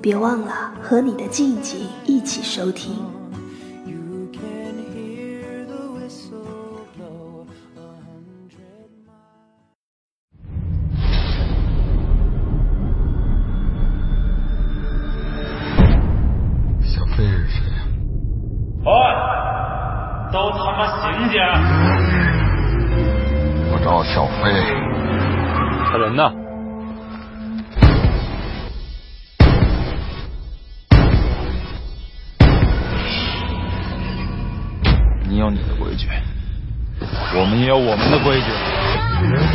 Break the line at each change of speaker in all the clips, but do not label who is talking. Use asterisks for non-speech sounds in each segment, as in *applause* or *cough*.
别忘了和你的静静一起收听。
小飞是谁呀、
喂，啊都他妈醒啊醒！
我找小飞。
他人呢？
你有你的规矩，我们也有我们的规矩。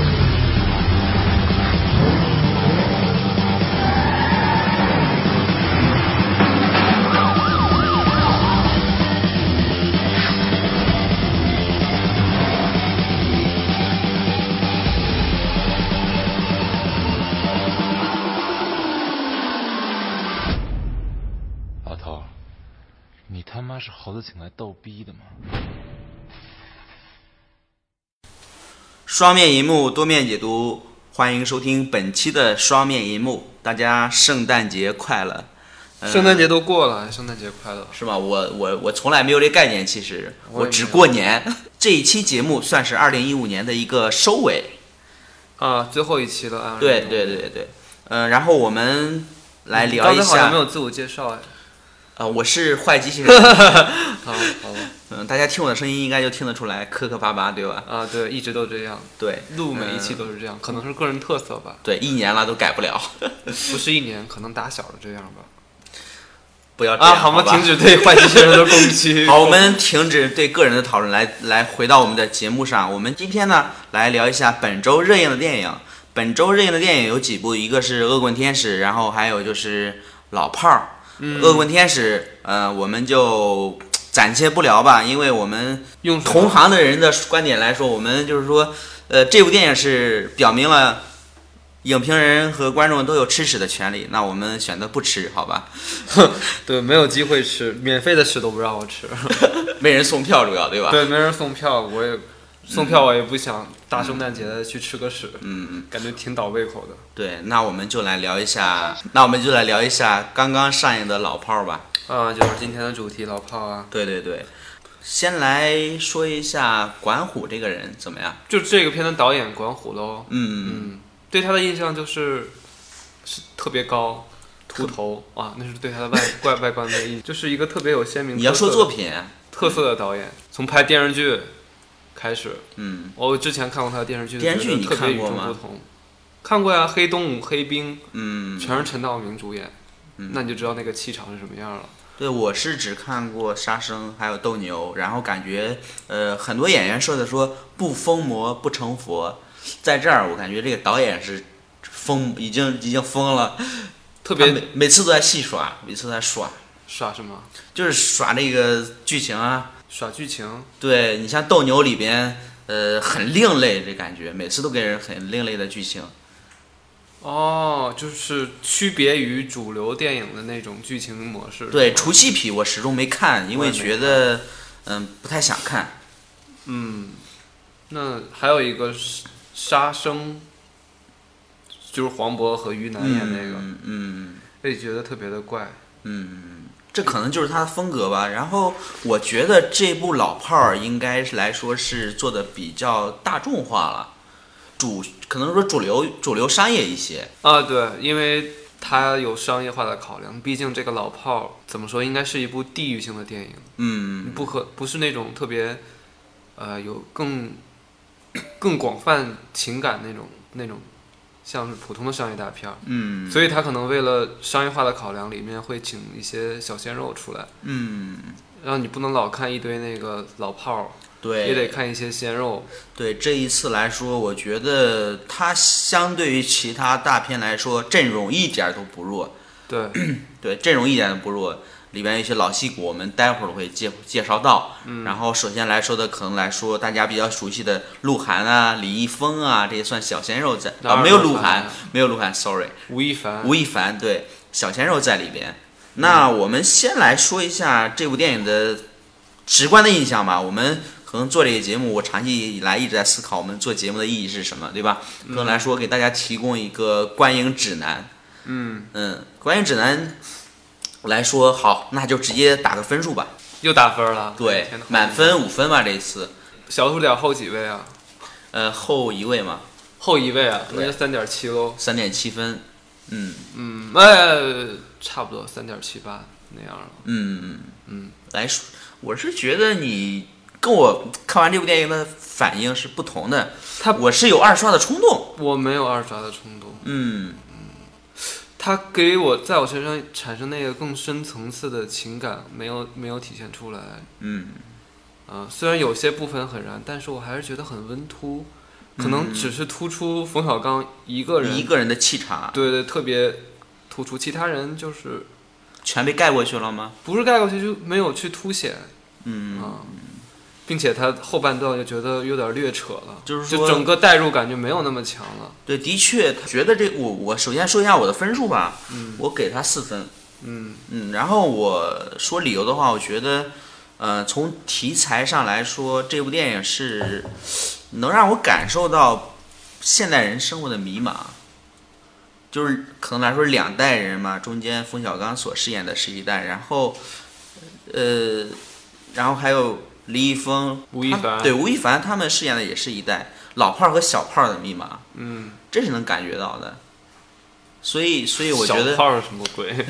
老头，你他妈是猴子请来逗逼的吗？
双面银幕，多面解读，欢迎收听本期的双面银幕。大家圣诞节快乐！呃
圣诞节都过了，圣诞节快乐！
是吗？我我我从来没有这概念，其实
我也
我
没
只
有
过年。这一期节目算是二零一五年的一个收尾。
啊，最后一期了啊！
对对对对，嗯、然后我们来聊
刚
一
才好像
下
没。有自我介绍哎。
呃，我是坏机器
*laughs*
人，
好，好吧。
嗯，大家听我的声音应该就听得出来，磕磕巴巴，对吧？
*laughs* 啊，对，一直都这样，
对，
录每一期
嗯
都是这样，可能是个人特色吧，
对，一年了都改不了，
不是一年，可能打小就这样吧。
不要这样
啊，好吗？
吧
停止对坏机器人的攻 *laughs* 击。
好，我们停止对个人的讨论，来来回到我们的节目上。我们今天呢，来聊一下本周热映的电影。本周热映的电影有几部，一个是《恶棍天使》，然后还有就是《老炮儿》。恶棍天使》呃，我们就暂且不聊吧，因为我们
用什么
同行的人的观点来说，我们就是说，呃，这部电影是表明了。影评人和观众都有吃屎的权利，那我们选择不吃，好 *laughs* 吧？
对，没有机会吃，免费的屎都不让我吃。
没人送票，主要对
*laughs*
吧？
对，没人送票，我也 *laughs* 送票，我也不想大圣诞节的去吃个屎，嗯，感觉挺倒胃口的。
对，那我们就来聊一下，那我们就来聊一下刚刚上映的老炮儿吧。
啊，就是今天的主题，老炮啊，
对对对，先来说一下管虎这个人怎么样？
就这个片的导演管虎喽，
嗯，
嗯，对他的印象就是是特别高，秃头啊，那是对他的外 *laughs* 外外观的印，就是一个特别有鲜明
你要
特
说
色
作
的
品，
特色的导演，从拍电视剧开始，
嗯，
我之前看过他的电视剧，
电视剧
觉得
你
特别
看
与
过
众
吗
不同。看过呀，《黑东武》《黑冰》
嗯，
全是陈道明主演，那你就知道那个气场是什么样了。
对，我是只看过《杀生》还有《斗牛》，然后感觉呃很多演员说的说不疯魔不成佛，在这儿我感觉这个导演是疯，已经已经疯了，
特
特
别
每每次都在戏耍，每次都在耍，
耍什么？
就是耍这个剧情啊，
耍剧情，
对你像《斗牛》里边，呃，很另类这感觉，每次都给人很另类的剧情。
哦，就是区别于主流电影的那种剧情模式。
对，除夕皮我始终没看，因
我
为
也没
觉得，嗯，不太想看。
嗯，那还有一个是杀生，就是黄渤和于南演那个，
嗯嗯
我也觉得特别的怪。
嗯，这可能就是他的风格吧。然后我觉得这部《老炮儿》应该是来说是做的比较大众化了，主可能说主流主流商业一些。
啊，对，因为它有商业化的考量，毕竟这个老炮儿怎么说，应该是一部地域性的电影，
嗯，
不可不是那种特别，呃，有更 *coughs* 更广泛情感那种那种，像是普通的商业大片儿。
嗯
所以他可能为了商业化的考量，里面会请一些小鲜肉出来，
嗯，
让你不能老看一堆那个老炮儿，
对，
也得看一些鲜肉。
对这一次来说，我觉得它相对于其他大片来说，阵容一点儿都不弱。 *clears throat*
对，
对，阵容一点都不弱。里边有一些老戏骨，我们待会儿会介介绍到。
嗯
然后首先来说的，可能来说大家比较熟悉的鹿晗啊、李易峰啊，这些算小鲜肉在
哪
啊，
有
没有
鹿
鹿
晗
晗
啊，
没有鹿晗，sorry，
吴亦凡，
吴亦凡对小鲜肉在里边。那我们先来说一下这部电影的直观的印象吧。我们可能做这个节目，我长期以来一直在思考，我们做节目的意义是什么，对吧？可能来说给大家提供一个观影指南。
嗯，
嗯，观影指南来说，好，那就直接打个分数吧。
又打分了，哎
对
天哪，
满。分五分吧，这一次。
小不了后几位啊？
呃，后一位嘛，
后一位啊，那
对
就三点七喽。
三点七分。嗯
嗯，呃，差不多三点七八那样了。
嗯嗯
嗯，
来说，我是觉得你跟我看完这部电影的反应是不同的。
他
我是有二刷的冲动。
我没有二刷的冲动，
嗯
他给我在我身上产生那个更深层次的情感，没有没有体现出来。
嗯
啊，虽然有些部分很燃，但是我还是觉得很温突，可
嗯
能只是突出冯小刚一个人，
一个人的气场
对对，特别突出，其他人就是
全被盖过去了吗？
不是盖过去就没有去凸显
嗯，
啊，并且他后半段就觉得有点略扯了，
就是
就
说
整个代入感就没有那么强了。
对，的确，觉得这我我首先说一下我的分数吧，我给他四分。
嗯
嗯，然后我说理由的话，我觉得，呃，从题材上来说，这部电影是能让我感受到现代人生活的迷茫，就是可能来说两代人嘛，中间冯小刚所饰演的是一代，然后，呃，然后还有李易峰、
吴亦
他
凡
对吴亦凡他们饰演的也是一代老炮儿和小炮儿的迷茫，
嗯，
这是能感觉到的。所以，所以我觉得
小，炮是什么
*laughs*
鬼？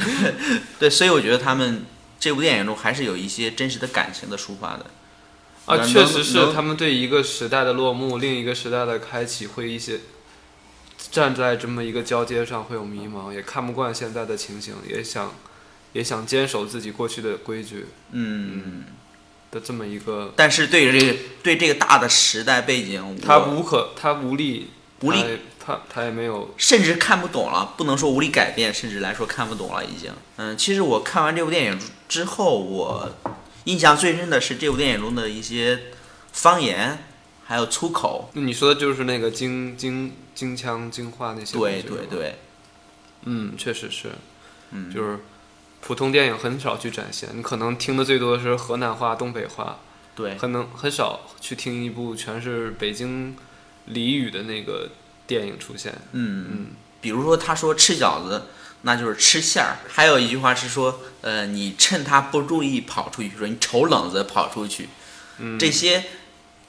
对，所以我觉得他们这部电影中还是有一些真实的感情的抒发的。
啊，
能
确实是
能
他们对一个时代的落幕，另一个时代的开启，会一些站在这么一个交接上会有迷茫，也看不惯现在的情形，也想也想坚守自己过去的规矩
嗯，
的这么一个，
但是对于这个对这个大的时代背景，
他
我
无可他无力
无力
他也他他也没有
甚至看不懂了，不能说无力改变，甚至来说看不懂了已经。嗯，其实我看完这部电影之后，我印象最深的是这部电影中的一些方言，还有粗口。
那你说的就是那个京京京腔京话那些，
对对，对，
嗯，确实是，
嗯，
就是普通电影很少去展现，你可能听的最多的是河南话、东北话。
对，
很能很少去听一部全是北京俚语的那个电影出现。
嗯嗯。比如说他说吃饺子，那就是吃馅儿。还有一句话是说，呃，你趁他不注意跑出去，说你瞅冷子跑出去，
嗯，
这些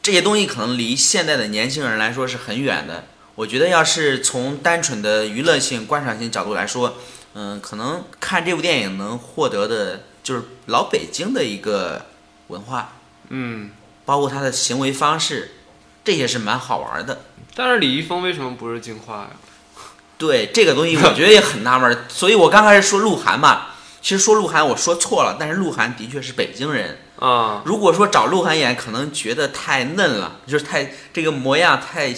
这些东西可能离现在的年轻人来说是很远的。我觉得要是从单纯的娱乐性、观赏性角度来说，嗯，可能看这部电影能获得的就是老北京的一个文化，
嗯，
包括他的行为方式，这些是蛮好玩的。
但是李易峰为什么不是京话呀？
对这个东西，我觉得也很纳闷儿。所以我刚开始说鹿晗嘛，其实说鹿晗我说错了，但是鹿晗的确是北京人。
啊，
如果说找鹿晗演，可能觉得太嫩了，就是太这个模样太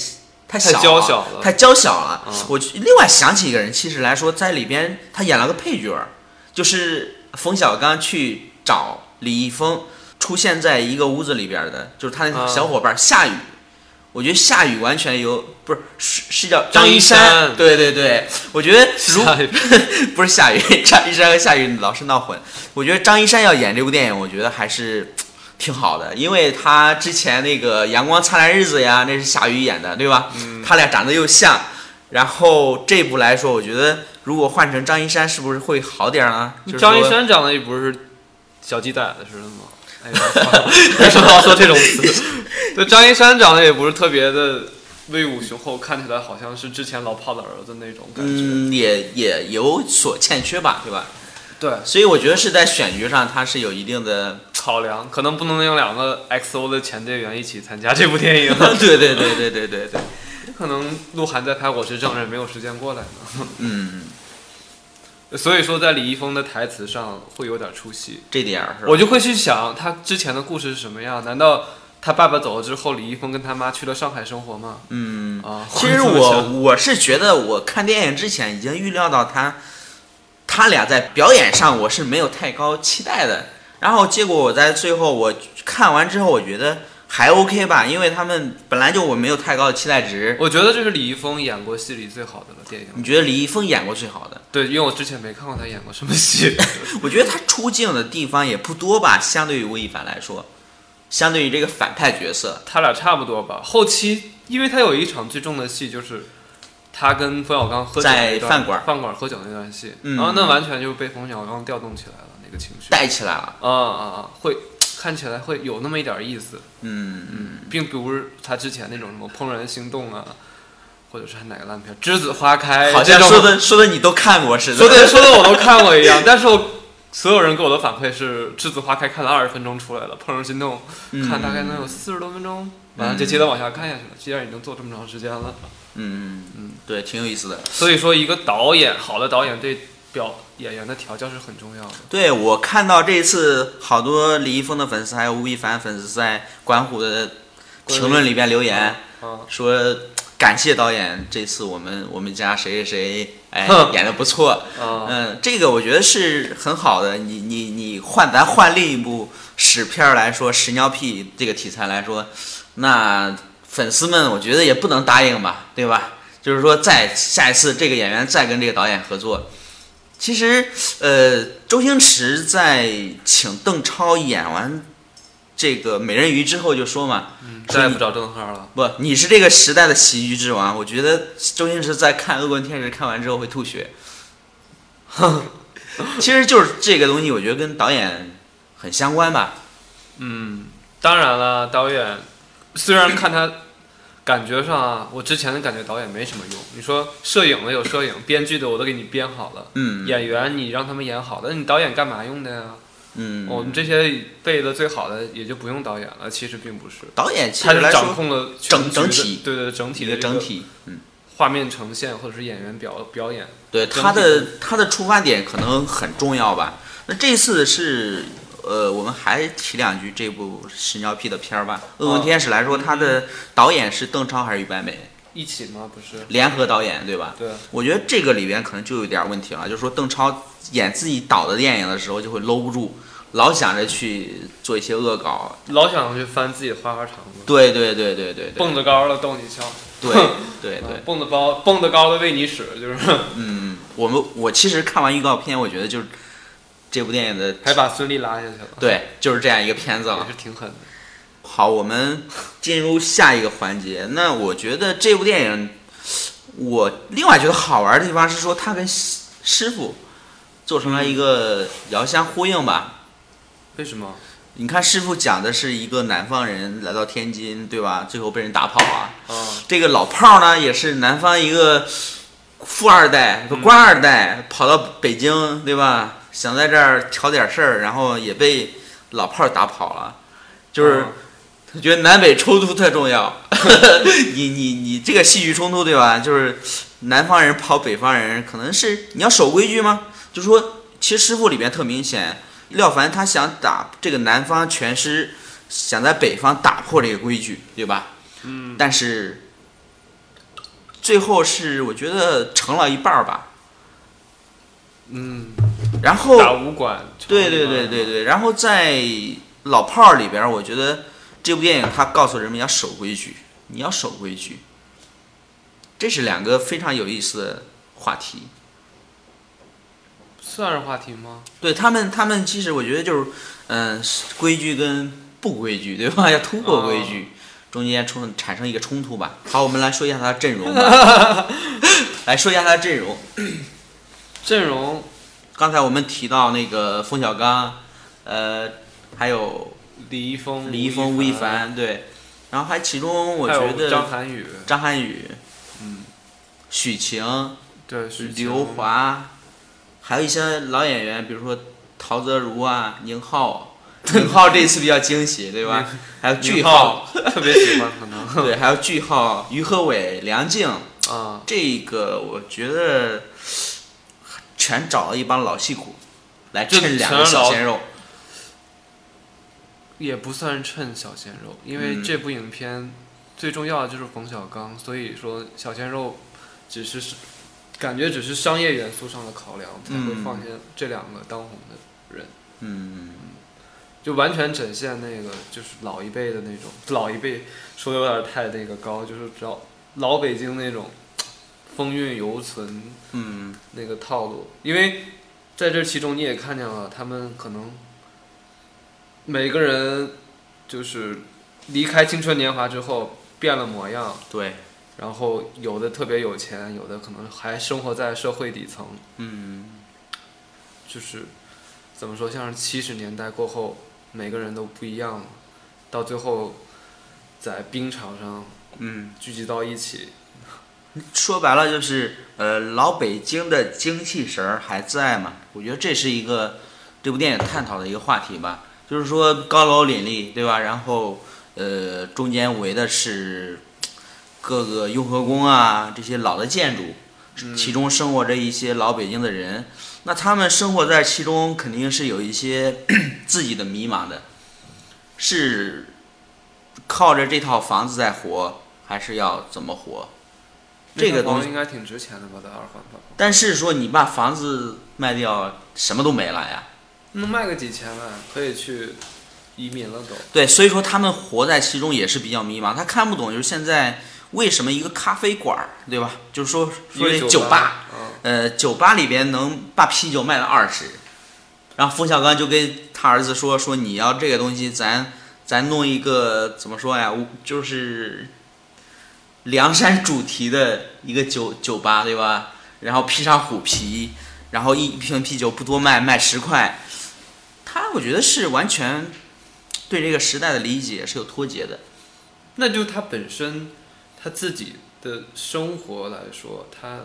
太小
太娇小了
太娇小了。
嗯
我另外想起一个人，其实来说，在里边他演了个配角儿，就是冯小刚去找李易峰，出现在一个屋子里边儿的，就是他那个
嗯
小伙伴儿夏雨。我觉得夏雨完全由不是是是叫
张
一
一山
对对对，我觉得如
下雨
*laughs* 不是夏雨， *laughs* 张一山和夏雨老是闹混。我觉得张一山要演这部电影，我觉得还是挺好的，因为他之前那个《阳光灿烂日子》呀，那是夏雨演的，对吧？
嗯
他俩长得又像。然后这部来说，我觉得如果换成张一山，是不是会好点儿呢？就
嗯
是
张一
说
山长得也不是小鸡崽子似的吗？哎呀，
*laughs*
为什么要说这种词？对，张一山长得也不是特别的威武雄厚，看起来好像是之前老炮的儿子那种感觉。
嗯，也也有所欠缺吧，对吧？
对，
所以我觉得是在选角上，他是有一定的，。
考量可能不能用两个 XO 的前队员一起参加这部电影
对对对对对对对，
*laughs* 可能鹿晗在拍《我是证人》，没有时间过来呢，
嗯，
所以说在李易峰的台词上会有点出戏，
这点儿是吧？
我就会去想他之前的故事是什么样？难道他爸爸走了之后，李易峰跟他妈去了上海生活吗？
嗯，
*laughs* 啊，
其实
会这么
我
想
我是觉得，我看电影之前已经预料到他，他俩在表演上我是没有太高期待的。然后结果我在最后我看完之后，我觉得还 OK 吧，因为他们本来就我没有太高的期待值。
我觉得这是李易峰演过戏里最好的了电影。
你觉得李易峰演过最好的？
对，因为我之前没看过他演过什么戏。
我觉得他出镜的地方也不多吧，相对于吴亦凡来说，相对于这个反派角色，
*laughs* 他俩差不多吧。后期，因为他有一场最重的戏，就是他跟冯小刚喝酒
在
那段
饭馆
饭馆喝酒那段戏，
嗯
然后那完全就是被冯小刚调动起来了那个情绪，
带起来了。
啊啊啊，会看起来会有那么一点意思，
嗯，
并不是他之前那种什么怦然心动啊，或者是哪个烂片《栀子花开》
好像
哎这种
说的说的你都看过似
*laughs*
的。
说的说的我都看过一样，但是我所有人给我的反馈是《栀子花开》看了二十分钟出来了，《怦然心动》看大概能有四十多分钟，完了就接着往下看下去了。既然已经做这么长时间了，
嗯嗯嗯，对，挺有意思的。
所以说一个导演，好的导演对表演员的调教是很重要的。
对我看到这一次好多李易峰的粉丝还有吴亦凡粉丝在管虎的评论里边留言
啊，
说。感谢导演，这次我们我们家谁谁谁，哎
哼，
演的不错。
啊
嗯，这个我觉得是很好的。你你你换咱换另一部屎片儿来说，屎尿屁这个题材来说，那粉丝们我觉得也不能答应吧，对吧？就是说再下一次这个演员再跟这个导演合作，其实呃，周星驰在请邓超演完这个美人鱼之后就说嘛，
再也不找郑浩了，
不，你是这个时代的喜剧之王。我觉得周星驰在看《恶棍天使》看完之后会吐血。 *laughs* 其实就是这个东西，我觉得跟导演很相关吧。
嗯，当然了，导演虽然看他。感觉上啊，我之前的感觉导演没什么用。你说摄影的有摄影，编剧的我都给你编好了，
嗯
演员你让他们演好的，你导演干嘛用的呀？
嗯，
我们这些背的最好的也就不用导演了，其实并不是，
导演其
他
实
是
来
掌
说，
控了全
整
局的
整体
对对整体
体
的
的
这
整
个
体，嗯，
画面呈现或者是演员表表演，
对
整
他
体
的他的出发点可能很重要吧。那这次是呃，我们还提两句这部屎尿屁的片儿吧。《恶棍
哦
天使》来说，他的导演是邓超还是于白眉？
一起吗？不是，
联合导演对吧？
对，
我觉得这个里边可能就有点问题了，就是说邓超演自己导的电影的时候就会搂不住，老想着去做一些恶搞。
老想去翻自己的花花肠子，
对对对对对对，
蹦得高了逗你笑，
对对对
嗯，蹦得高蹦得高了喂你屎，就是
嗯，我们我其实看完预告片，我觉得就是这部电影的，
还把孙俪拉下去了，
对，就是这样一个片子了
也是。挺狠的。
好，我们进入下一个环节。那我觉得这部电影，我另外觉得好玩的地方是说，它跟师师傅做成了一个遥相呼应吧。
为什么？
你看师傅讲的是一个南方人来到天津，对吧？最后被人打跑啊。
啊，
这个老炮儿呢，也是南方一个富二代、不官二代，跑到北京，对吧？想在这儿挑点事儿，然后也被老炮儿打跑了。就是
啊
他觉得南北冲突特重要，你你你这个戏剧冲突，对吧？就是南方人跑北方人，可能是你要守规矩吗？就说其实师傅里面特明显，廖凡他想打这个南方拳师，想在北方打破这个规矩，对吧？嗯，但是最后是我觉得成了一半儿吧，
嗯，
然后
打武馆，
对对对对
对，
对，然后在《老炮儿》里边儿，我觉得这部电影它告诉人们要守规矩，你要守规矩，这是两个非常有意思的话题。
算是话题吗？
对他们，他们其实我觉得就是，嗯、规矩跟不规矩，对吧？要突破规矩，中间冲产生一个冲突吧。好，我们来说一下他的阵容吧，来说一下他的阵容。
阵容
刚才我们提到那个冯小刚，呃，还有
李易峰、
李易峰、吴亦，凡，对。然后还其中我
还有
觉得呃
张涵予，
张涵予，嗯，许晴、
对，许晴
刘华，还有一些老演员，比如说陶泽如啊、宁浩，宁浩这次比较惊喜，对吧？还有句
嗯宁
号，
浩特别喜欢，可
*laughs*
能
对，还有句号、于和伟、梁静，
啊，
这个我觉得全找了一帮老戏骨来
这
衬两
全
个
是
小
老
鲜肉。
也不算趁小鲜肉，因为
嗯
这部影片最重要的就是冯小刚，所以说小鲜肉只是是感觉只是商业元素上的考量才会放进这两个当红的人，
嗯，
就完全展现那个就是老一辈的那种，老一辈说的有点太那个高，就是老老北京那种风韵犹存
嗯
那个套路，因为在这其中你也看见了，他们可能每个人就是离开青春年华之后变了模样，
对，
然后有的特别有钱，有的可能还生活在社会底层，
嗯
就是怎么说，像是七十年代过后，每个人都不一样了，到最后在冰场上
嗯，
聚集到一起，
说白了就是，呃，老北京的精气神儿还在嘛？我觉得这是一个这部电影探讨的一个话题吧，就是说高楼林立，对吧？然后呃，中间围的是各个雍和宫啊这些老的建筑，
嗯
其中生活着一些老北京的人，那他们生活在其中肯定是有一些 *clears throat* 自己的迷茫的，是靠着这套房子在活，还是要怎么活？这个
那套
东
房
西，
应该挺值钱的吧，在二环吧，
但是说你把房子卖掉，什么都没了呀。
能卖个几千万，可以去移民了都。
对，所以说他们活在其中也是比较迷茫，他看不懂就是现在为什么一个咖啡馆儿，对吧？就是说说这酒吧，
吧，嗯，
呃，酒吧里边能把啤酒卖到二十，然后冯小刚就跟他儿子说说你要这个东西咱，咱弄一个怎么说呀，我就是梁山主题的一个酒酒吧，对吧？然后披上虎皮，然后一瓶啤酒不多卖，卖十块。他我觉得是完全对这个时代的理解是有脱节的，
那就他本身他自己的生活来说，他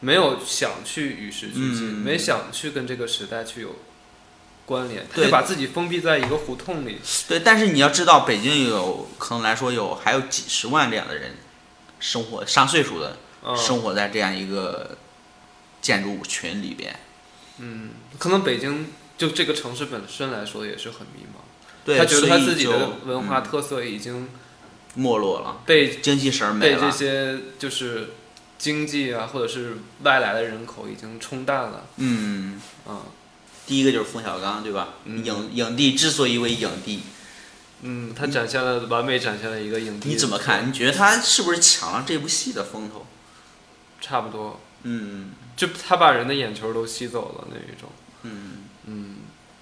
没有想去与时俱进，
嗯
没想去跟这个时代去有关联，他
对
就把自己封闭在一个胡同里。
对。但是你要知道，北京有可能来说有还有几十万这样的人生活上岁数的。
嗯
生活在这样一个建筑群里边。
嗯，可能北京就这个城市本身来说也是很迷茫，
对，
他觉得他
所以
自己的
就
文化
嗯
特色已经
没落了，
被、
精气神儿没
被这
了。
些就是经济啊，或者是外来的人口已经冲淡了。
嗯，
嗯
第一个就是冯小刚，对吧？
嗯
影影帝之所以为影帝，
嗯，他展现了完美展现了一个影帝。
你怎么看？？你觉得他是不是抢了这部戏的风头？
差不多。
嗯
就他把人的眼球都吸走了那一种，
嗯，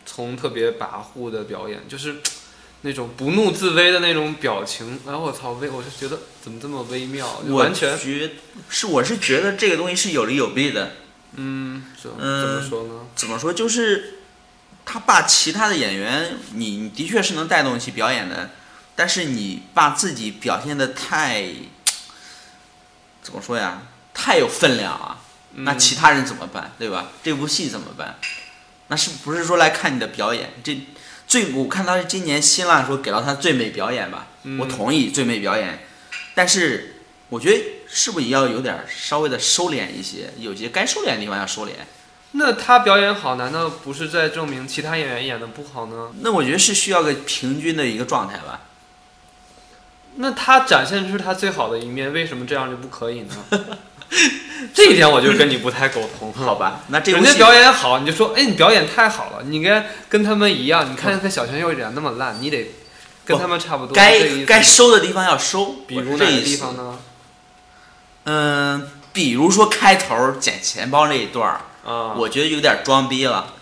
从特别跋扈的表演，就是那种不怒自威的那种表情，哎我操微，我就觉得怎么这么微妙，就
我
完全
觉是我是觉得这个东西是有利有弊的。
嗯，怎么
嗯
怎么说呢？
怎么说，就是他把其他的演员，你你的确是能带动起表演的，但是你把自己表现的太怎么说呀，太有分量啊，
嗯
那其他人怎么办，对吧？这部戏怎么办？那是不是说来看你的表演？这最我看他今年新浪说给到他最美表演吧，
嗯
我同意最美表演，但是我觉得是不是也要有点儿稍微的收敛一些，有些该收敛的地方要收敛。
那他表演好，难道不是在证明其他演员演的不好呢？
那我觉得是需要个平均的一个状态吧。
那他展现出他最好的一面，为什么这样就不可以呢？
*laughs*
这一点我就跟你不太沟通，
嗯
好吧？
那这部
人家
戏
表演好，你就说，哎，你表演太好了，你应该跟他们一样。你看跟小泉幼一点那么烂，你得跟他们差不多。这个意
该
思
该，收的地方要收，
比
我是
如哪
这
个
意
地
思
方？呢？
嗯、比如说开头捡钱包那一段儿，
啊，
我觉得有点装逼了。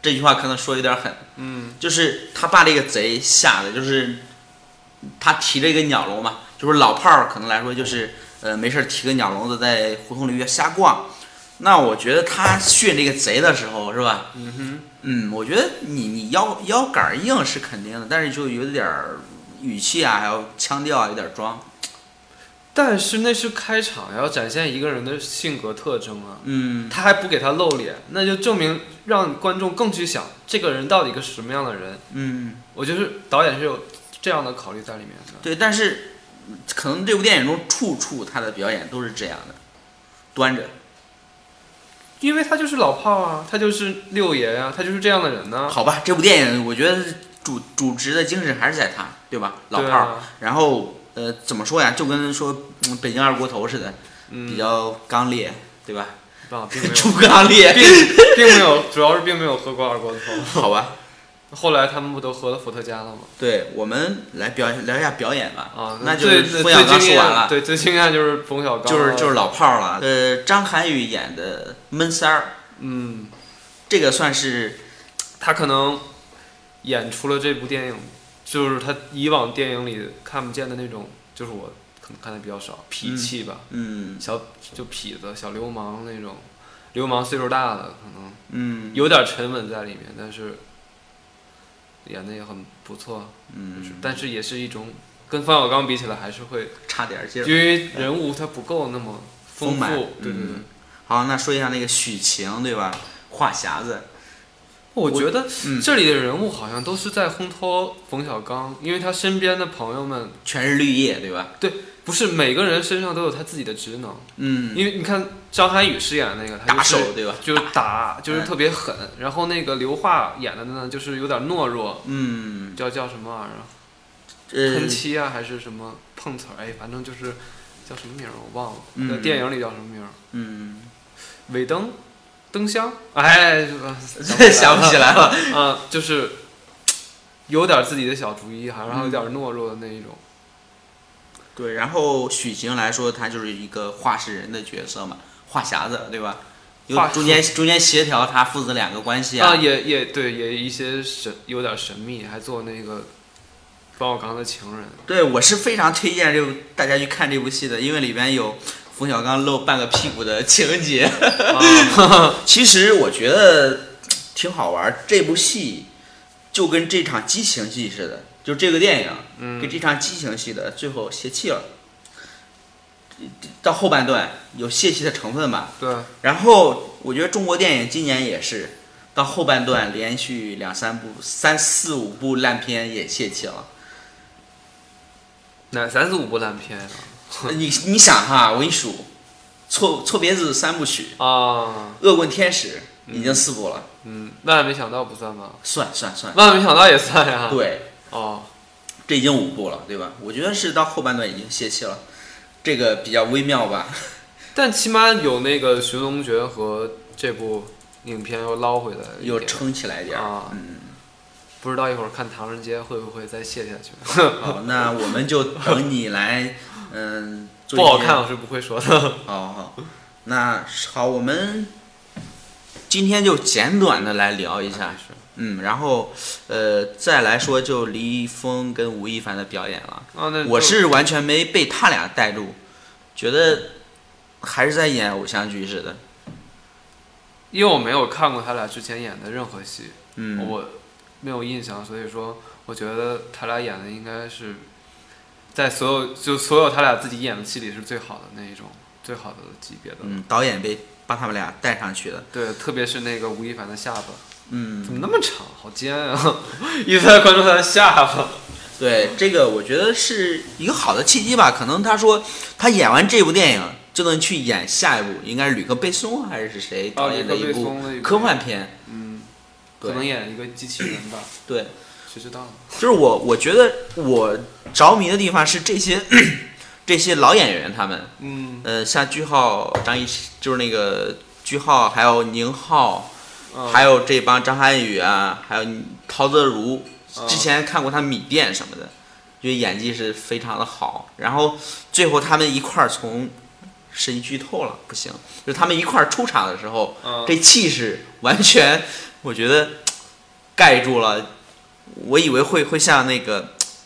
这句话可能说有点狠，
嗯
就是他把这个贼吓得，就是他提着一个鸟笼嘛，就是老炮儿可能来说就是呃没事儿提个鸟笼子在胡同里边瞎逛。那我觉得他训这个贼的时候是吧，
嗯哼，
嗯，我觉得你你腰腰杆儿硬是肯定的，但是就有点儿语气啊，还有腔调啊，有点儿装。
但是那是开场，要展现一个人的性格特征啊。
嗯，
他还不给他露脸，那就证明让观众更去想这个人到底个什么样的人。
嗯，
我觉得导演是有这样的考虑在里面的。
对，但是嗯可能这部电影中处处他的表演都是这样的，端着。
因为他就是老炮儿啊，他就是六爷啊，他就是这样的人呢、
好吧，这部电影我觉得主主旨的精神还是在他，对吧？老
对
炮儿。
啊，
然后呃，怎么说呀？就跟说、嗯北京二锅头似的，比较刚烈，对吧？
啊，并没 *laughs* 有，
*laughs* 猪刚烈，
并并没有，主要是并没有喝过二锅头。
好吧。
后来他们不都喝了伏特加了吗？
对，我们来表聊一下表演吧。
啊，
那就
最
是冯小刚说完了，
最惊艳对，最嗯惊艳就是冯小刚，
就是就是老炮儿了。呃，张涵予演的闷三儿，
嗯，
这个算是
他可能演出了这部电影，就是他以往电影里看不见的那种，就是我可能看的比较少，痞气吧，
嗯
小就痞子、小流氓那种，流氓岁数大了，可能
嗯
有点沉稳在里面，但是演的也很不错，就是
嗯，
但是也是一种跟冯小刚比起来还是会，
差点劲
因
儿。
为人物他不够那么丰
丰满
富，对对对。
嗯好，那说一下那个许晴，对吧？话匣子，
我觉得
嗯
这里的人物好像都是在烘托冯小刚，因为他身边的朋友们，
全是绿叶，对吧？
对，不是每个人身上都有他自己的职能。
嗯，
因为你看张涵予饰演的那个，他就
打
是
手对吧？
就是打，就是特别狠。然后那个刘桦演的呢，就是有点懦弱，
嗯，
叫叫什么玩意儿啊？
呃
喷，漆啊，还是什么碰瓷儿？哎，反正就是叫什么名儿我忘了，
嗯
在电影里叫什么名儿？ *laughs*
嗯，
尾灯，灯箱？哎，
这想不起来了。
啊，就是有点自己的小主意，还然后有点懦弱的那一种。
对，然后许晴来说，她就是一个话事人的角色嘛，话匣子，对吧？有
话
中间中间协调她父子两个关系
啊，也也对，也一些神有点神秘，还做那个冯小刚的情人。
对，我是非常推荐这部大家去看这部戏的，因为里边有冯小刚露半个屁股的情节。
啊
*laughs* 其实我觉得挺好玩儿，这部戏就跟这场激情戏似的，就这个电影、
嗯
跟这场激情戏的最后泄气了。到后半段有泄气的成分吧，
对，
然后我觉得中国电影今年也是到后半段连续两三部、三四五部烂片也泄
*laughs*
气了。
哪三四五部烂片啊？
你你想哈，我给你数，错错别字三部曲，
啊，
《恶棍天使》已经四部了，
嗯，万万没想到不算吧？
算算算，
万万没想到也算呀。，
对，
哦，
这已经五部了，对吧？我觉得是到后半段已经泄气了，这个比较微
*laughs*
妙吧。
但起码有那个《寻龙诀》和这部影片又捞回来一点，
又撑起来点儿
啊
嗯，
不知道一会儿看《唐人街》会不会再卸下去？ *laughs*
好，那我们就等你来，
*laughs*
嗯，做
不好
一些
看，我是不会说的。 *laughs*
好好，那好，我们今天就简短的来聊一下，嗯，然后呃，再来说就李易峰跟吴亦凡的表演了。
啊，那
我是完全没被他俩带入，觉得还是在演偶像剧似的。
因为我没有看过他俩之前演的任何戏，
嗯，
我没有印象，所以说我觉得他俩演的应该是在所有就所有他俩自己演的戏里是最好的那一种，最好的级别的。
嗯，导演被把他们俩带上去的。
对，特别是那个吴亦凡的下巴，
嗯，
怎么那么长，好尖啊！ *laughs* 一直在关注他的下巴。
对，这个我觉得是一个好的契机吧。可能他说他演完这部电影就能去演下一部，应该是吕克贝松还是谁导演的一
吕克贝
部
松的一部
科幻片。
嗯，
对嗯
可能演一个机器人吧，
对，
谁知道呢？
就是我，我觉得我着迷的地方是这些 *clears throat* 这些老演员他们，
嗯，
呃，像句号、张艺，就是那个句号，还有宁浩，还有这帮张涵予啊，还有陶泽如，之前看过他米店什么的，觉得演技是非常的好。然后最后他们一块儿从，是一剧透了，不行，就是他们一块儿出场的时候，
嗯
这气势完全，我觉得盖住了。我以为会会像那个《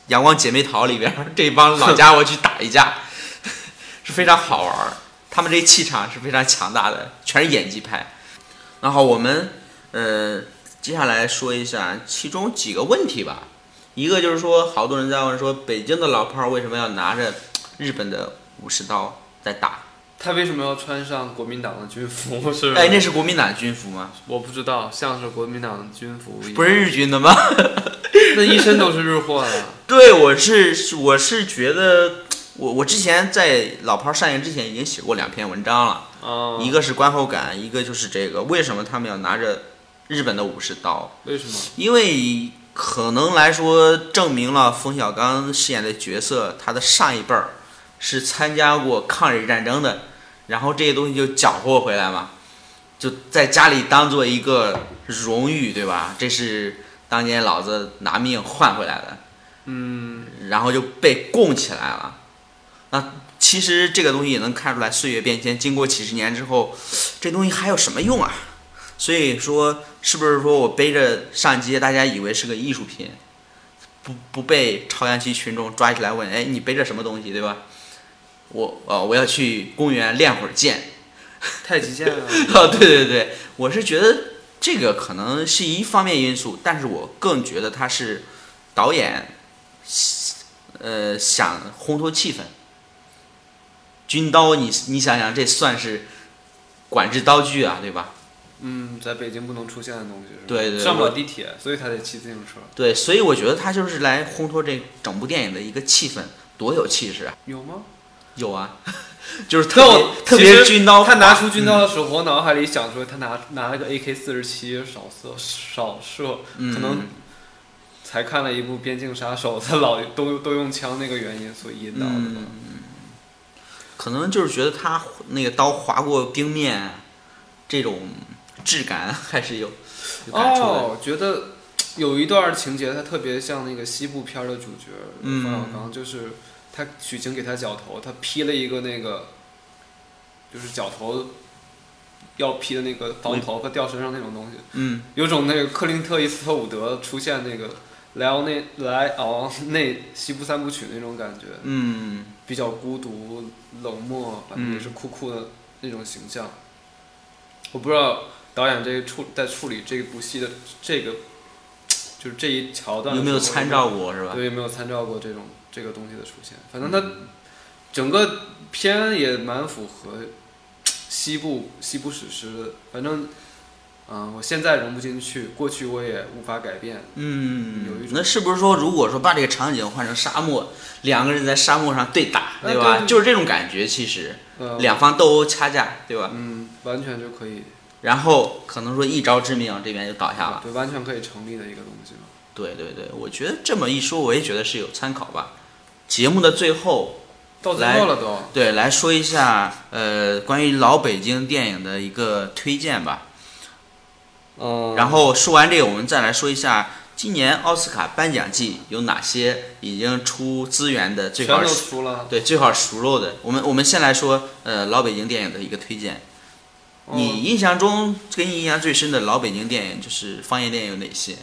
阳光姐妹淘》里边儿这帮老家伙去打一架， *laughs* 是非常好玩儿。他们这气场是非常强大的，全是演技派。然后我们呃，接下来说一下其中几个问题吧。一个就是说，好多人在问说，北京的老炮儿为什么要拿着日本的武士刀在打？
他为什么要穿上国民党的军服？ *laughs* 是
哎，那是国民党军服吗？
我不知道，像是国民党军服一样，
不是日军的吗？
那一身都是日货啊
*laughs*
呀。
对，我是我是觉得，我我之前在《老炮儿》上映之前已经写过两篇文章了，
啊，
一个是观后感，一个就是这个为什么他们要拿着日本的武士刀？
为什么？
因为可能来说，证明了冯小刚饰演的角色，他的上一辈儿是参加过抗日战争的，然后这些东西就缴获回来嘛，就在家里当做一个荣誉，对吧？这是当年老子拿命换回来的，
嗯，
然后就被供起来了。那其实这个东西也能看出来，岁月变迁，经过几十年之后，这东西还有什么用啊？所以说，是不是说我背着上街，大家以为是个艺术品，不不被朝阳区群众抓起来问，哎，你背着什么东西，对吧？我呃，我要去公园练会儿剑。 *laughs*
太极剑啊，
啊，对对对，我是觉得这个可能是一方面因素，但是我更觉得他是导演，呃，想烘托气氛。军刀你，你想想，这算是管制刀具啊，对吧？
嗯，在北京不能出现的东西是吧？
对对
上不
我
了地铁，所以他得骑自行车。
对，所以我觉得他就是来烘托这整部电影的一个气氛，多有气势啊！
有吗？
有啊， *laughs* 就是特
但
别
我
特
其
别
实
军刀，
他拿出军刀的时候，我脑海里想说他拿拿了个 AK 四十七扫射扫射，
嗯
可能才看了一部《边境杀手》，他老都都用枪那个原因所引导的吧。
嗯可能就是觉得他那个刀划过冰面，这种质感还是有有感触的。
哦，觉得有一段情节，他特别像那个西部片儿的主角
嗯
冯小刚，就是他许晴给他绞头，他劈了一个那个，就是绞头要劈的那个防头发掉身上那种东西，
嗯，
有种那个克林特·伊斯特伍德出现那个莱昂内莱昂内西部三部曲那种感觉，
嗯，
比较孤独、冷漠，反正也是酷酷的那种形象。我不知道导演这个处在处理这部戏的这个，就是这一桥段
有
的
没有
时候
参照过是啊嗯吧？
对，有没有参照过这种这个东西的出现？反正它整个片也蛮符合西部西部史诗的。反正，嗯、我现在融不进去，过去我也无法改变。有一
嗯
种，
那是不是说，如果说把这个场景换成沙漠，两个人在沙漠上对打，
哎
对吧？
对对
就是这种感觉，其实
呃，
两方斗殴掐架，对吧？
嗯，完全就可以，
然后可能说一招致命，这边就倒下了。
对，完全可以成立的一个东西嘛。
对对对，我觉得这么一说，我也觉得是有参考吧。节目的最后，
到最
来
后了都，
对，来说一下呃关于老北京电影的一个推荐吧。
嗯
然后说完这个，我们再来说一下今年奥斯卡颁奖季有哪些已经出资源的最
全
好
都出了。
对最好熟肉的。我们我们先来说呃老北京电影的一个推荐。
哦嗯
你印象中给你印象最深的老北京电影就是方言电影有哪些？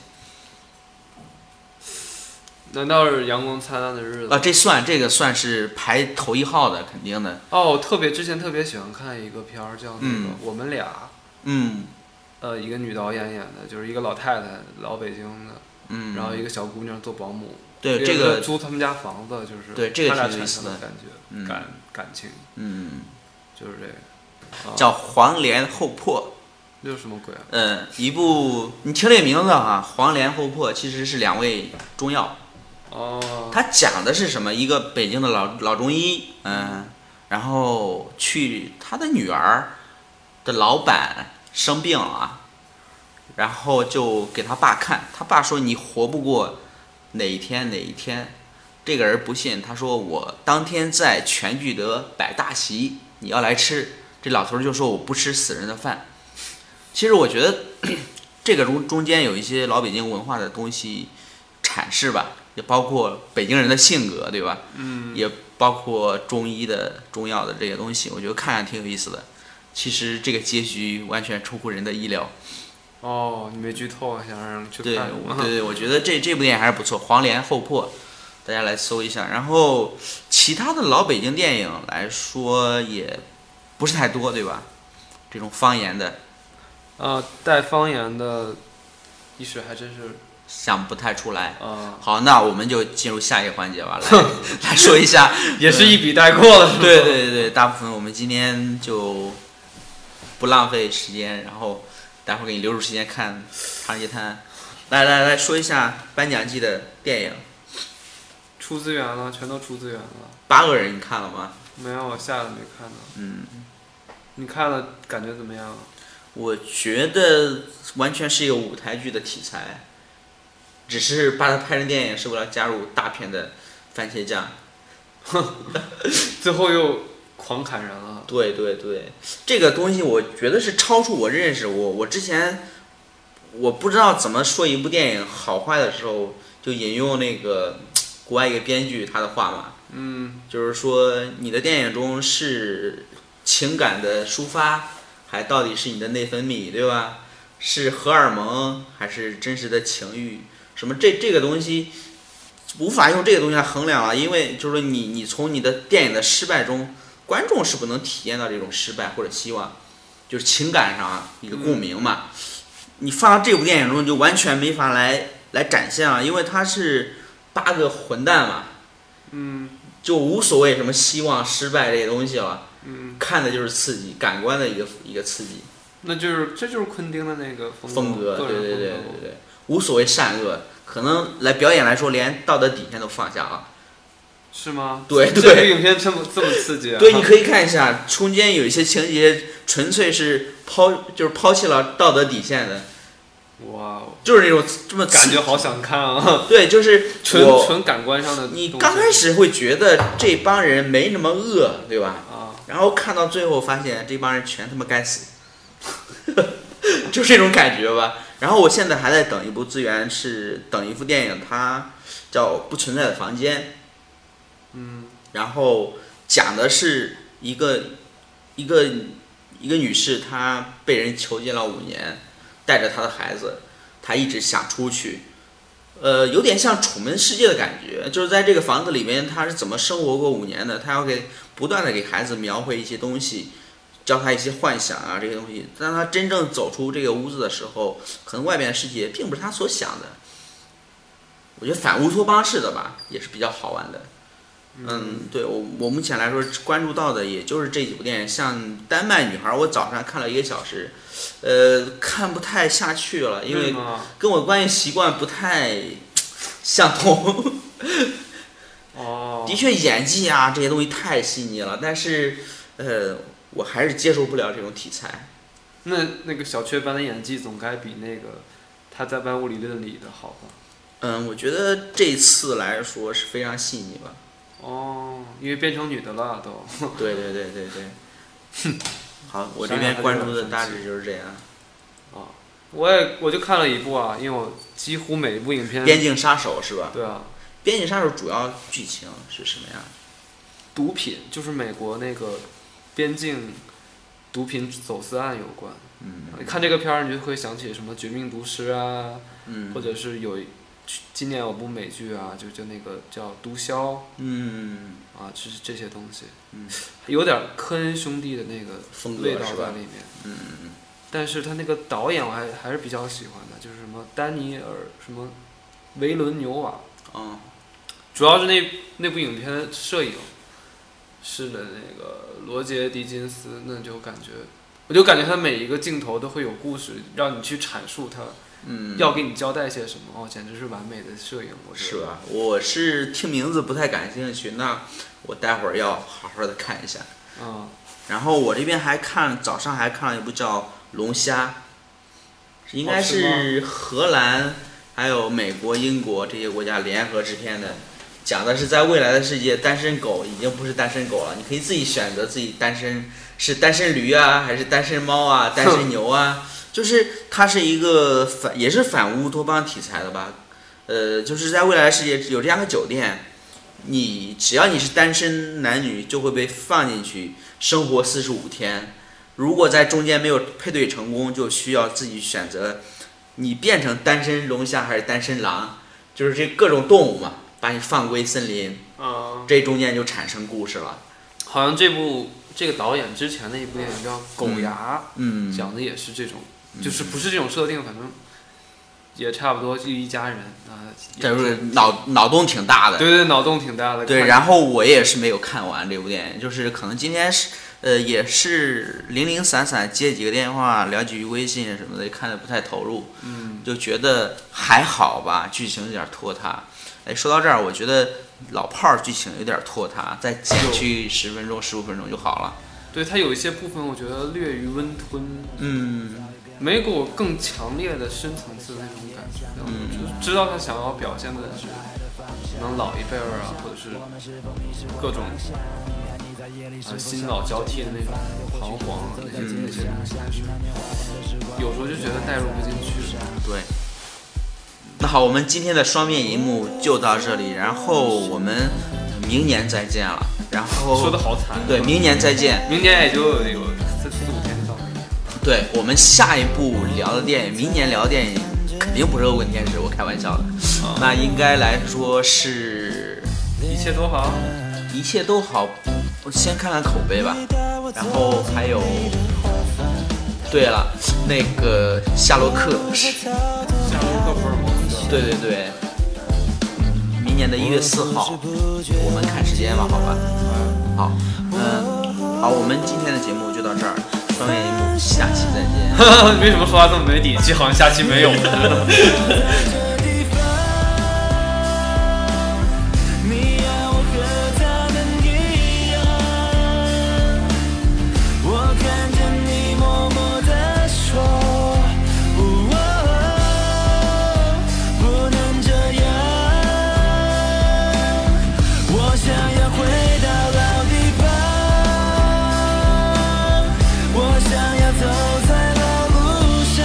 难道是阳光灿烂的日子？
啊，这算这个算是排头一号的，肯定的。
哦，我特别之前特别喜欢看一个片儿，叫那个《
嗯
我们俩》。
嗯
呃，一个女导演演的，就是一个老太太，老北京的，
嗯，
然后一个小姑娘做保姆，
对
一
这个
租他们家房子，就是
对这个
他俩
挺有意
产
思
生的
的
感觉，
嗯
感感情
嗯
就是这个，
叫《黄连后破》。
这是什么鬼啊？
嗯，一部你听这名字哈、黄连后破》其实是两味中药。
哦，
它讲的是什么？一个北京的老老中医，嗯，然后去他的女儿的老板生病了，然后就给他爸看，他爸说你活不过哪一天哪一天。这个人不信，他说我当天在全聚德摆大席，你要来吃。这老头儿就说我不吃死人的饭。其实我觉得 *clears throat* 这个中中间有一些老北京文化的东西阐释吧，也包括北京人的性格，对吧？
嗯，
也包括中医的中药的这些东西，我觉得看着挺有意思的。其实这个结局完全出乎人的意料。
哦，你没剧透，想让人去
对，
看
我对对，我觉得这这部电影还是不错，《黄连后破》，大家来搜一下。然后其他的老北京电影来说也不是太多，对吧？这种方言的
*laughs* 啊，带方言的意识还真是
想不太出来。 *laughs*
啊，
好，那我们就进入下一个环节
*laughs*
吧，来来说一下。嗯
也是一笔带过 *laughs* 了，是吧？
对对对，大部分我们今天就不浪费时间，然后待会儿给你留出时间看《唐人街探案》。来来来说一下颁奖季的电影，
出资源了，全都出资源了，
八个人你看了吗？
没有，我下了没看呢，
嗯，
你看了感觉怎么样？
我觉得完全是一个舞台剧的题材，只是把它拍成电影是为了加入大片的番茄酱。
最后又狂砍人了。了。
对对对，这个东西我觉得是超出我认识。我我之前我不知道怎么说一部电影好坏的时候，就引用那个国外一个编剧他的话嘛，
嗯，
就是说你的电影中是情感的抒发，还到底是你的内分泌，对吧？是荷尔蒙还是真实的情欲？什么这这个东西无法用这个东西来衡量啊了，因为就是说你你从你的电影的失败中，观众是不能体验到这种失败或者希望，就是情感上啊一个共鸣嘛。你放到这部电影中你就完全没法来来展现啊了，因为它是八个混蛋嘛，
嗯，
就无所谓什么希望、失败这些东西了。
嗯，
看的就是刺激，感官的一个一个刺激
那就是这就是昆汀的那个风格，
风格，
个
对
人
对对对
风格
对，无所谓善恶，可能来表演来说，连道德底线都放下啊了。
是吗？
对
这
对
部影片这么这么刺激啊！
对，你可以看一下，中间有一些情节纯粹是抛，就是抛弃了道德底线的，
哇哦，
就是那种这么
感
刺
觉好想看啊！
对，就是
纯
我
纯感官上的东西，
你刚开始会觉得这帮人没那么恶，对吧？
啊，
然后看到最后发现这帮人全他妈该死， *laughs* 就这种感觉吧。然后我现在还在等一部资源，是等一部电影，它叫《不存在的房间》，
嗯
然后讲的是一个一个一个女士，她被人囚禁了五年，带着她的孩子，她一直想出去，呃，有点像《楚门世界》的感觉，就是在这个房子里面，她是怎么生活过五年的？她要给不断的给孩子描绘一些东西，教他一些幻想啊这些东西。当她真正走出这个屋子的时候，可能外面的世界并不是她所想的。我觉得反乌托邦式的吧，也是比较好玩的。嗯，对我我目前来说关注到的也就是这几部电影，像《丹麦女孩》，我早上看了一个小时，呃，看不太下去了，因为
吗
跟我观影习惯不太相同。
哦，
的确，演技啊这些东西太细腻了，但是呃，我还是接受不了这种题材。
那那个小雀斑的演技总该比那个他在《万物理论》里的好吧？
嗯，我觉得这次来说是非常细腻吧。
哦，因为变成女的了都。
对对对对对。好，我这
想想
边
还是
关
很
注的
神
大
奇
致就是这样。
啊，我也我就看了一部啊，因为我几乎每一部影片
《边境杀手》是吧？
对啊，
《边境杀手》主要剧情是什么样的？
毒品就是美国那个边境毒品走私案有关。
嗯
你看这个片儿，你就会想起什么《绝命毒师》啊，
嗯，
或者是有一去今年有部美剧啊，就就那个叫《毒枭》
嗯
啊，就是这些东西，
嗯
有点儿科恩兄弟的那个
风格
味道
是
在
吧
里面。
嗯嗯
但是他那个导演我还还是比较喜欢的，就是什么丹尼尔什么维伦纽瓦，
嗯，哦，
主要是那那部影片的摄影是的那个罗杰·狄金斯，那就感觉，我就感觉他每一个镜头都会有故事，让你去阐述他、
嗯，
要给你交代些什么。哦，简直是完美的摄影，我觉
是
得。
吧？我是听名字不太感兴趣，那我待会儿要好好的看一下。
嗯，
然后我这边还看，早上还看了一部叫《龙虾》，应该是荷兰、还有美国、英国这些国家联合制片的，讲的是在未来的世界，单身狗已经不是单身狗了，你可以自己选择自己单身是单身驴啊，还是单身猫啊，单身牛啊，就是它是一个反也是反乌托邦题材的吧，呃，就是在未来的世界有这样个酒店。你只要你是单身男女，就会被放进去，生活四十五天。如果在中间没有配对成功，就需要自己选择，你变成单身龙虾还是单身狼，就是这各种动物嘛，把你放归森林。
嗯，
这中间就产生故事了。
好像这部这个导演之前的一部电影叫《狗牙》，
嗯
讲的也是这种，就是不是这种设定，反正也差不多就一家人啊。也
这不是脑脑洞挺大的。
对对，脑洞挺大的。
对，
看
然后我也是没有看完这部电影，就是可能今天是呃也是零零散散接几个电话，聊几句微信什么的，看的不太投入，
嗯，
就觉得还好吧，剧情有点拖沓。哎，说到这儿，我觉得老炮儿剧情有点拖沓，再减去十分钟、十五分钟就好了。
对它有一些部分，我觉得略于温吞，
嗯
没给我更强烈的深层次的那种感觉。然后
嗯
我就知道他想要表现的是，可能老一辈儿啊，或者是各种啊新老交替的那种彷徨啊，那些那
嗯
些那些东西有时候就觉得代入不进去。
对。那好，我们今天的双面银幕就到这里，然后我们明年再见了。然后
说的好惨。
哦
啊
对，明年再见。
明年也就有四四五天到。
对我们下一步聊的电影，明年聊的电影肯定不是《恶棍天使》，我开玩笑的。
啊
那应该来说是
一切都 *laughs* 好，
一切都好，我先看看口碑吧。然后还有，对了，那个夏洛克，
夏洛克福尔摩斯。
对对对，明年的一月四号，我们看时间吧，好吧？好，嗯，好，我们今天的节目就到这儿，双面一幕，下期再见。
为什么说话这么没底气？好像下期 *laughs* 没有了。
的地方，你要我和他们一样。我看着你默默地说，不能这样。我想要回到老地方，我想要走在老路上。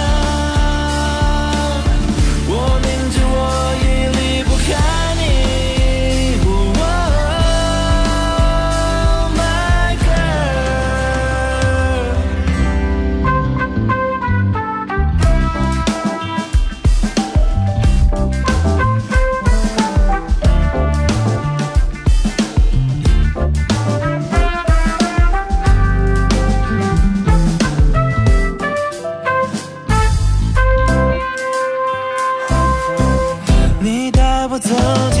我明知我已离不开你，Oh my girl。你带我走进 Oh